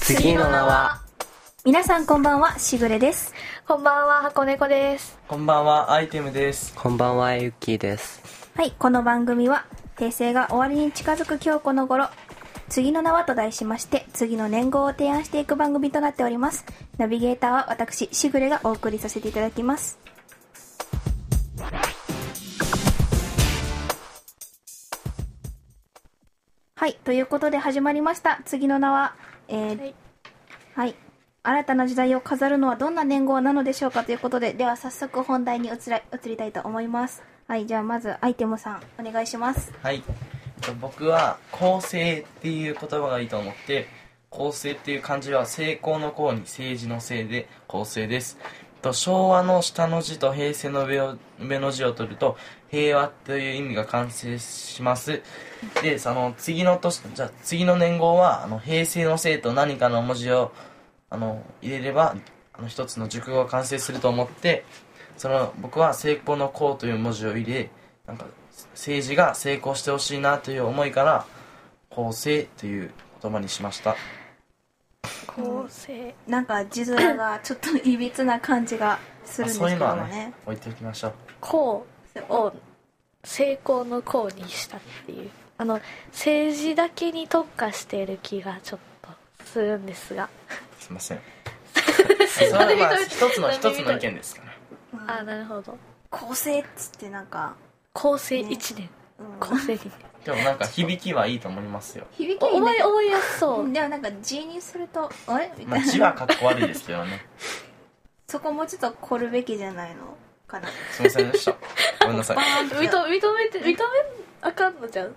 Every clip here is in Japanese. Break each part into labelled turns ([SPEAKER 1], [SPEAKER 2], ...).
[SPEAKER 1] 次の名は
[SPEAKER 2] 皆さんこんばんは、しぐれです。
[SPEAKER 3] こんばんは、箱猫です。
[SPEAKER 1] こんばんはアイテムです
[SPEAKER 4] こんばんは、ゆっきーです。
[SPEAKER 2] はい、この番組は、訂正が終わりに近づく今日この頃、次の名はと題しまして、次の年号を提案していく番組となっております。ナビゲーターは私、しぐれがお送りさせていただきます。はい、ということで始まりました。次の名は、えー
[SPEAKER 3] はい
[SPEAKER 2] はい。新たな時代を飾るのはどんな年号なのでしょうかということで、では早速本題に移ら移りたいと思います。はい、じゃあまずアイテムさん、お願いします。
[SPEAKER 1] はい僕は構成っていう言葉がいいと思って構成っていう漢字は成功の功に政治のせいで構成ですと昭和の下の字と平成の上を上の字を取ると平和という意味が完成しますでその次の年じゃあ次の年号はあの平成のせいと何かの文字をあの入れればあの一つの熟語が完成すると思ってその僕は成功の功という文字を入れなんか政治が成功してほしいなという思いから公正という言葉にしました
[SPEAKER 3] 構成。
[SPEAKER 2] なんか字面がちょっといびつな感じがするんですけ
[SPEAKER 1] そうい
[SPEAKER 2] ど
[SPEAKER 1] うの
[SPEAKER 2] も
[SPEAKER 1] はね
[SPEAKER 2] ね。
[SPEAKER 1] 置いておきましょう
[SPEAKER 3] 功を成功の功にしたっていう。あの、政治だけに特化している気がちょっとするんですが。
[SPEAKER 1] すいませんそれはまあ一つの一つの意見ですから
[SPEAKER 2] うん
[SPEAKER 3] あ、なるほど。
[SPEAKER 2] 構成っつってなんか、
[SPEAKER 3] 構成1年。
[SPEAKER 2] うん
[SPEAKER 3] 構成2年。
[SPEAKER 1] でもなんか響きはいいと思いますよ、
[SPEAKER 2] 響き
[SPEAKER 3] お
[SPEAKER 2] に
[SPEAKER 3] 覚え、
[SPEAKER 2] ね、。
[SPEAKER 3] 覚えやすそううん
[SPEAKER 2] でもなんか字にすると、あれみ
[SPEAKER 1] ま
[SPEAKER 2] た
[SPEAKER 1] あ、
[SPEAKER 2] い
[SPEAKER 1] 字
[SPEAKER 2] な。
[SPEAKER 1] はかっこ悪いですけどね
[SPEAKER 2] そこもうちょっと凝るべきじゃないのかな。
[SPEAKER 1] すいませんでしたごめんなさい、
[SPEAKER 3] 認め、認めて、認め、あかんのじゃん。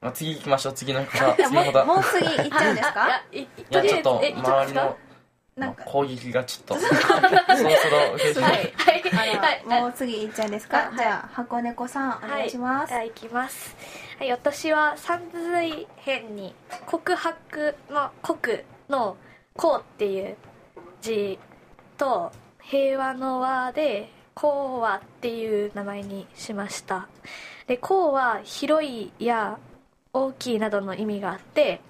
[SPEAKER 1] まあ、次行きましょう次の方
[SPEAKER 2] いや
[SPEAKER 1] 次の
[SPEAKER 2] もうもう
[SPEAKER 1] 方
[SPEAKER 2] 次行っちゃうんです
[SPEAKER 3] あ
[SPEAKER 2] か
[SPEAKER 3] いや、い
[SPEAKER 1] いやちょっと
[SPEAKER 3] えいつですか
[SPEAKER 1] 周りのま
[SPEAKER 2] なん
[SPEAKER 1] あ
[SPEAKER 2] か、
[SPEAKER 1] 攻撃がちょっとそろそろ受け
[SPEAKER 3] は、
[SPEAKER 1] ない
[SPEAKER 3] はい、
[SPEAKER 2] あら
[SPEAKER 3] はい。
[SPEAKER 2] もう次行っちゃうんです
[SPEAKER 3] あ
[SPEAKER 2] か
[SPEAKER 3] はい
[SPEAKER 2] じゃあ、箱猫さん、お願いします
[SPEAKER 3] は。い、じゃあ行きます。はい、私は三髄編に告白の告のこうっていう字と平和の和でこうはっていう名前にしました。で、こうは広いや大きいなどの意味があって、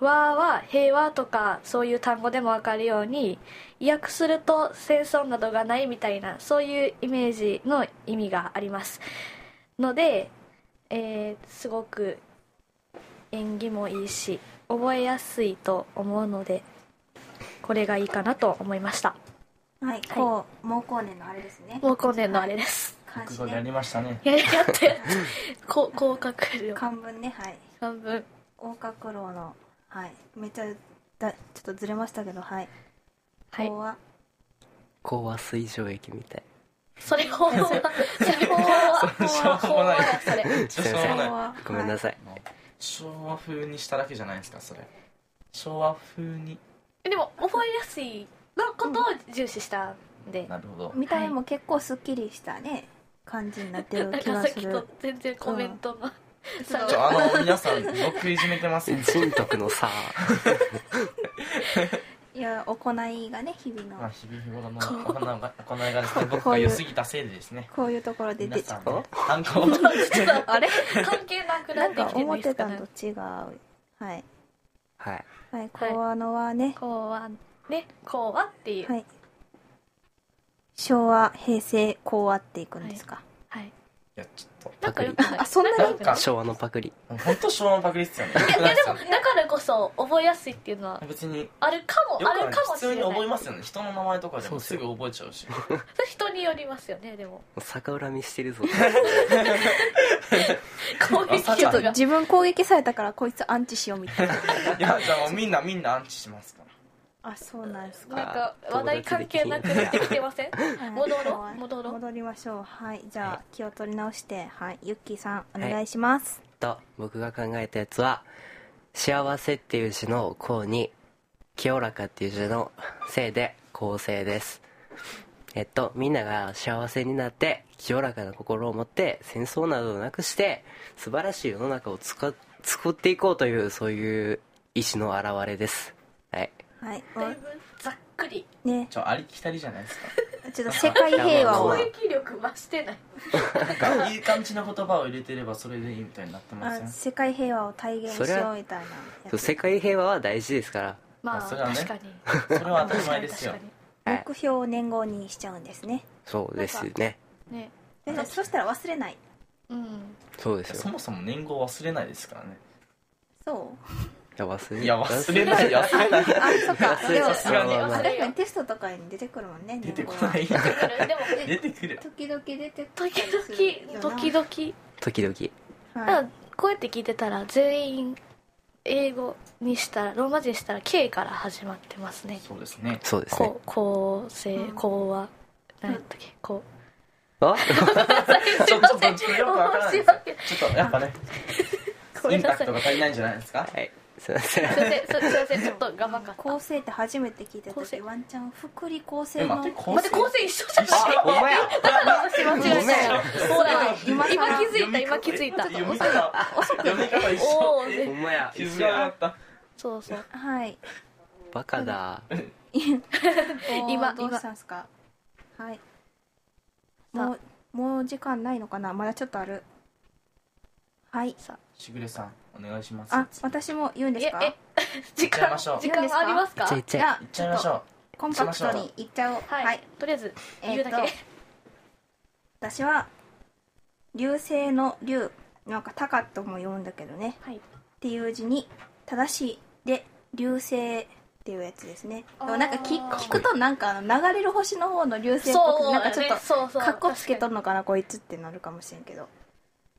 [SPEAKER 3] 和は平和とかそういう単語でもわかるように訳すると戦争などがないみたいなそういうイメージの意味がありますので、えーすごく縁起もいいし覚えやすいと思うのでこれがいいかなと思いました
[SPEAKER 2] はい、こう、毛根年のあれですね。
[SPEAKER 3] もう今年のあれです
[SPEAKER 2] 漢
[SPEAKER 1] 国
[SPEAKER 2] 字
[SPEAKER 1] 語でや
[SPEAKER 2] ね。
[SPEAKER 1] りましたね
[SPEAKER 3] ややって こうこう書くよ
[SPEAKER 2] 漢文ね、はい。
[SPEAKER 3] 漢文
[SPEAKER 2] 大角楼の、はい。めっちゃだ、ちょっとずれましたけど、はい。
[SPEAKER 3] はい
[SPEAKER 2] こうは、
[SPEAKER 4] こうは水上駅みたい。
[SPEAKER 3] それ法 はそれ法
[SPEAKER 1] それしょう
[SPEAKER 3] は法
[SPEAKER 1] もな
[SPEAKER 3] はいそれ
[SPEAKER 1] ちょっとしょう
[SPEAKER 2] こ
[SPEAKER 1] も
[SPEAKER 2] う
[SPEAKER 1] ない
[SPEAKER 2] は、
[SPEAKER 4] ごめんな
[SPEAKER 2] さ
[SPEAKER 4] さい。
[SPEAKER 1] 昭和風にしただけじゃないですかそれ昭和風に
[SPEAKER 3] でも覚えやすいのことを重視したんで、
[SPEAKER 1] なるほど
[SPEAKER 2] 見た目も結構すっきりしたね、感じになってる
[SPEAKER 3] なん
[SPEAKER 2] 気
[SPEAKER 3] か
[SPEAKER 2] が
[SPEAKER 3] さっ
[SPEAKER 2] す
[SPEAKER 3] き
[SPEAKER 2] る
[SPEAKER 3] と。全然コメントの、 差
[SPEAKER 1] ち
[SPEAKER 3] が
[SPEAKER 1] ょあの皆さん僕いじめてます
[SPEAKER 4] 人徳のさ、
[SPEAKER 2] いや、行いがね、日々
[SPEAKER 1] まあ
[SPEAKER 2] の、
[SPEAKER 1] 日々日頃の行いが行いがですね僕が良すぎたせいでですね
[SPEAKER 2] こういうところで
[SPEAKER 1] 皆
[SPEAKER 2] 出ち
[SPEAKER 1] さ
[SPEAKER 2] ゃ
[SPEAKER 1] ん
[SPEAKER 2] う。
[SPEAKER 1] ね反抗を
[SPEAKER 2] あれ
[SPEAKER 3] 関係なく
[SPEAKER 2] な
[SPEAKER 3] なっ
[SPEAKER 2] ん
[SPEAKER 3] て
[SPEAKER 2] か
[SPEAKER 3] きて
[SPEAKER 2] 思
[SPEAKER 3] る
[SPEAKER 2] っ
[SPEAKER 3] んで
[SPEAKER 2] て
[SPEAKER 3] すか
[SPEAKER 2] た
[SPEAKER 3] ね
[SPEAKER 2] のと違う。はい。
[SPEAKER 4] はい。
[SPEAKER 2] はい、こうはのはね、
[SPEAKER 3] こうはねこうはっていうは、
[SPEAKER 2] はいい。昭和、平成、こう和っていくんですか。
[SPEAKER 1] やちょっ
[SPEAKER 3] なんかよくない
[SPEAKER 2] あ、そんなに
[SPEAKER 3] なんか
[SPEAKER 4] 昭和のパクリ。
[SPEAKER 1] と本当昭和のパクリっすよね
[SPEAKER 3] いやでもだからこそ覚えやすいっていうのは
[SPEAKER 1] 別によ
[SPEAKER 3] あるかも
[SPEAKER 1] く
[SPEAKER 3] あ
[SPEAKER 1] あ
[SPEAKER 3] る
[SPEAKER 1] る
[SPEAKER 3] かも
[SPEAKER 1] 普
[SPEAKER 3] しれ
[SPEAKER 1] 通に
[SPEAKER 3] ない
[SPEAKER 1] 覚えますよね人の名前とかでもすぐ覚えちゃうし
[SPEAKER 3] それ人によりますよねでも
[SPEAKER 4] 逆恨みしてるぞ。
[SPEAKER 3] 攻撃
[SPEAKER 1] あ
[SPEAKER 3] 力が
[SPEAKER 2] 自分攻撃されたからこいつアンチしようみたいな。
[SPEAKER 1] いやじゃあもうみんなみんなアンチしますか
[SPEAKER 2] あ、そうなんですか。
[SPEAKER 3] なんか話題関係なくなってきてません
[SPEAKER 2] はい
[SPEAKER 3] 戻ろう
[SPEAKER 2] はい
[SPEAKER 3] 戻ろう
[SPEAKER 2] 戻りましょう。はい。じゃあ、
[SPEAKER 4] は
[SPEAKER 2] 気を取り直して、はい。ゆっきーさん、お願いします。
[SPEAKER 4] と、僕が考えたやつは、幸せっていう字のこうに、清らかっていう字のせいで構成です。えっと、みんなが幸せになって、清らかな心を持って、戦争などをなくして、素晴らしい世の中をつか作っていこうという、そういう意志の表れです。はい。
[SPEAKER 2] はい。
[SPEAKER 3] だいぶざっくり
[SPEAKER 2] ね
[SPEAKER 1] ら、ちょありきたりじゃないですか
[SPEAKER 2] ちょっと世界平和
[SPEAKER 3] 攻
[SPEAKER 2] を
[SPEAKER 4] い。
[SPEAKER 3] 撃力増してない
[SPEAKER 1] なんかいい感じの言葉を入れてればそれでいいみたいになってま
[SPEAKER 2] あ
[SPEAKER 1] せん
[SPEAKER 2] 世界平和を体現しようみたいなやつ。
[SPEAKER 4] 世界平和は大事ですから
[SPEAKER 3] ま
[SPEAKER 1] まあ
[SPEAKER 3] あ
[SPEAKER 1] それはね
[SPEAKER 3] 確かに
[SPEAKER 1] それは当たり前ですよ
[SPEAKER 3] 確かに
[SPEAKER 4] はい
[SPEAKER 2] 目標を年号にしちゃうんですね
[SPEAKER 4] そうですね
[SPEAKER 3] 確かにね
[SPEAKER 2] で
[SPEAKER 3] 私
[SPEAKER 2] そしたら忘れない
[SPEAKER 3] うん
[SPEAKER 4] そうです
[SPEAKER 1] そ
[SPEAKER 4] よ
[SPEAKER 1] もそも年号忘れないですからね
[SPEAKER 2] そう
[SPEAKER 4] いや忘れ
[SPEAKER 1] いや忘れない忘れ ない
[SPEAKER 2] あそっか
[SPEAKER 4] 忘
[SPEAKER 2] で
[SPEAKER 4] れ
[SPEAKER 2] も
[SPEAKER 4] さ
[SPEAKER 1] すがに
[SPEAKER 2] あ
[SPEAKER 3] 忘れ
[SPEAKER 2] 確
[SPEAKER 3] よ
[SPEAKER 2] かにテストとかに出てくるもんね
[SPEAKER 1] 出てこ
[SPEAKER 2] 年号は
[SPEAKER 1] ない
[SPEAKER 3] でも
[SPEAKER 1] 出てくる
[SPEAKER 2] 時々出てくる
[SPEAKER 3] 時々時々
[SPEAKER 4] 時々
[SPEAKER 2] は
[SPEAKER 3] た
[SPEAKER 2] い
[SPEAKER 3] だこうやって聞いてたら全員英語にしたらローマ字にしたら K から始まってますね
[SPEAKER 1] そうですね
[SPEAKER 4] そうですね
[SPEAKER 3] こう構成
[SPEAKER 2] うん
[SPEAKER 3] こうは何やったっけこ
[SPEAKER 4] あ
[SPEAKER 1] ちょっとちょっとよくわからないですよちょっとやっぱね
[SPEAKER 3] うご
[SPEAKER 1] イ
[SPEAKER 3] め
[SPEAKER 1] ン
[SPEAKER 3] ん
[SPEAKER 1] パ
[SPEAKER 3] な
[SPEAKER 1] ク
[SPEAKER 3] さい
[SPEAKER 1] トが足りないんじゃないですか
[SPEAKER 4] はいすいません
[SPEAKER 3] すいませんすすいませんちょっと頑張った
[SPEAKER 2] 構成って初めて聞いた
[SPEAKER 3] 構成
[SPEAKER 2] 時ワンチャン福利厚
[SPEAKER 1] え
[SPEAKER 2] 生の
[SPEAKER 1] 待って構
[SPEAKER 3] 待って構成一緒じゃん
[SPEAKER 1] あお前や
[SPEAKER 3] 間違えたそうだ
[SPEAKER 2] ごめん
[SPEAKER 3] 今
[SPEAKER 2] 今更
[SPEAKER 3] 気づいた今気づいた
[SPEAKER 1] 読み方読み方一緒
[SPEAKER 3] おお
[SPEAKER 4] ほんまや
[SPEAKER 1] 気づかなかった
[SPEAKER 3] そうそう
[SPEAKER 2] はい
[SPEAKER 4] バカだ
[SPEAKER 3] 今
[SPEAKER 2] 今どうしたんですかはいもうもう時間ないのかなまだちょっとあるはい
[SPEAKER 1] しぐれさんお願いします
[SPEAKER 2] あ私も言うんですか
[SPEAKER 3] ええ
[SPEAKER 1] 行っ
[SPEAKER 3] 時
[SPEAKER 1] ちゃい
[SPEAKER 3] 間
[SPEAKER 1] ましょう
[SPEAKER 3] 時間あります
[SPEAKER 4] い
[SPEAKER 3] か
[SPEAKER 4] っちゃいっち
[SPEAKER 2] じ
[SPEAKER 4] ゃい
[SPEAKER 2] ゃあ
[SPEAKER 1] 行っちゃいましょう
[SPEAKER 2] コンパクトにいっちゃおうはい、
[SPEAKER 3] はいとりあえず
[SPEAKER 2] え
[SPEAKER 3] 言
[SPEAKER 2] ー
[SPEAKER 3] う
[SPEAKER 2] と
[SPEAKER 3] だけ
[SPEAKER 2] 私は流星の流なんか「タカ」とも読むんだけどね
[SPEAKER 3] はい
[SPEAKER 2] っていう字に「正しい」で「流星」っていうやつですねで
[SPEAKER 3] あー
[SPEAKER 2] もなんか聞
[SPEAKER 3] かっこいい
[SPEAKER 2] 聞くとなんかあの流れる星の方の流星っぽ
[SPEAKER 3] そ
[SPEAKER 2] く
[SPEAKER 3] う
[SPEAKER 2] なんかちょっと
[SPEAKER 3] そうそう
[SPEAKER 2] かっこつけと
[SPEAKER 3] 確
[SPEAKER 2] んのかなこいつってなるかもしれんけど
[SPEAKER 3] か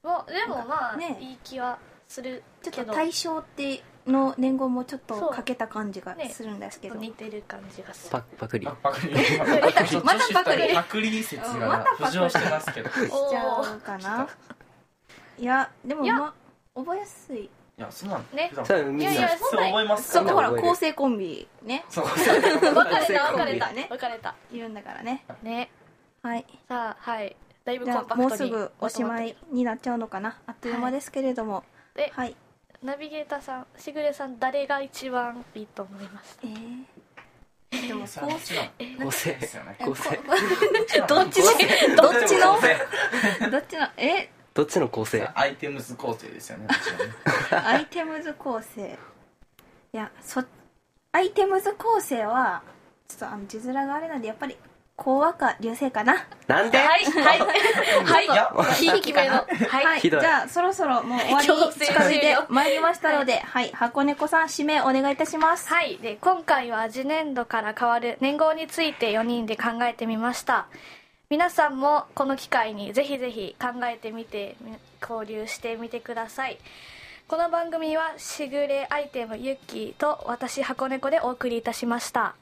[SPEAKER 3] にもうでもまあ
[SPEAKER 2] ね
[SPEAKER 3] いい気はする
[SPEAKER 2] ちょ
[SPEAKER 3] け
[SPEAKER 2] っと
[SPEAKER 3] ど
[SPEAKER 2] 対象っての年号もちょっ
[SPEAKER 3] そ
[SPEAKER 2] と
[SPEAKER 3] う
[SPEAKER 2] かけた感じがするんですけど、
[SPEAKER 3] 似てる感じがする
[SPEAKER 4] パパクリ
[SPEAKER 1] あパクリ ま
[SPEAKER 2] たパクリ
[SPEAKER 1] パクリ説が浮上してますけどい
[SPEAKER 2] しちゃ
[SPEAKER 3] お
[SPEAKER 2] うかないやでも
[SPEAKER 3] いや
[SPEAKER 2] まあ覚えやすい
[SPEAKER 1] やそんなん
[SPEAKER 3] ね
[SPEAKER 1] 普段
[SPEAKER 4] そうみん
[SPEAKER 3] いやい
[SPEAKER 4] な
[SPEAKER 3] や
[SPEAKER 1] 普通覚えます
[SPEAKER 2] そ
[SPEAKER 1] か
[SPEAKER 2] う
[SPEAKER 4] みんな
[SPEAKER 2] ほら
[SPEAKER 4] 覚える
[SPEAKER 2] 構成コンビね
[SPEAKER 1] そう
[SPEAKER 3] ー別れた
[SPEAKER 4] コ
[SPEAKER 3] 別
[SPEAKER 4] ンビ
[SPEAKER 3] れた
[SPEAKER 2] ね
[SPEAKER 3] 別れた
[SPEAKER 2] いるんだからね
[SPEAKER 3] ね
[SPEAKER 2] はい
[SPEAKER 3] さあはいだいぶ
[SPEAKER 2] じ
[SPEAKER 3] コン
[SPEAKER 2] ゃ
[SPEAKER 3] パ
[SPEAKER 2] あ
[SPEAKER 3] クトに
[SPEAKER 2] もうすぐおしまいになっちゃうのかなあっという間ですけれども
[SPEAKER 3] で
[SPEAKER 2] はい、
[SPEAKER 3] ナビゲーターさんしぐれさん誰が一番いいと思います
[SPEAKER 2] えーでも
[SPEAKER 1] それは
[SPEAKER 2] 構
[SPEAKER 1] もちろん
[SPEAKER 4] 構成
[SPEAKER 1] ですよね
[SPEAKER 4] 構成
[SPEAKER 3] どっち に
[SPEAKER 2] どっちの
[SPEAKER 1] 構成
[SPEAKER 2] どっちのえ
[SPEAKER 4] どっちの構成
[SPEAKER 1] アイテムズ構成ですよねもちろんね
[SPEAKER 2] アイテムズ構成いやそアイテムズ構成はちょっとあの字面があれなんでやっぱり講和か流星かな
[SPEAKER 4] なんで
[SPEAKER 3] はい はいはい
[SPEAKER 1] いや
[SPEAKER 3] ひいきめのは
[SPEAKER 2] はい
[SPEAKER 3] い
[SPEAKER 2] じ
[SPEAKER 4] ひどい
[SPEAKER 2] ゃあそろそろもう終わりに近づいてまいりましたので、はい、箱猫さん指名お願いいたします
[SPEAKER 3] はいで今回は次年度から変わる年号について4人で考えてみました皆さんもこの機会にぜひぜひ考えてみてみ交流してみてくださいこの番組はしぐれアイテムゆっきーと私箱猫でお送りいたしました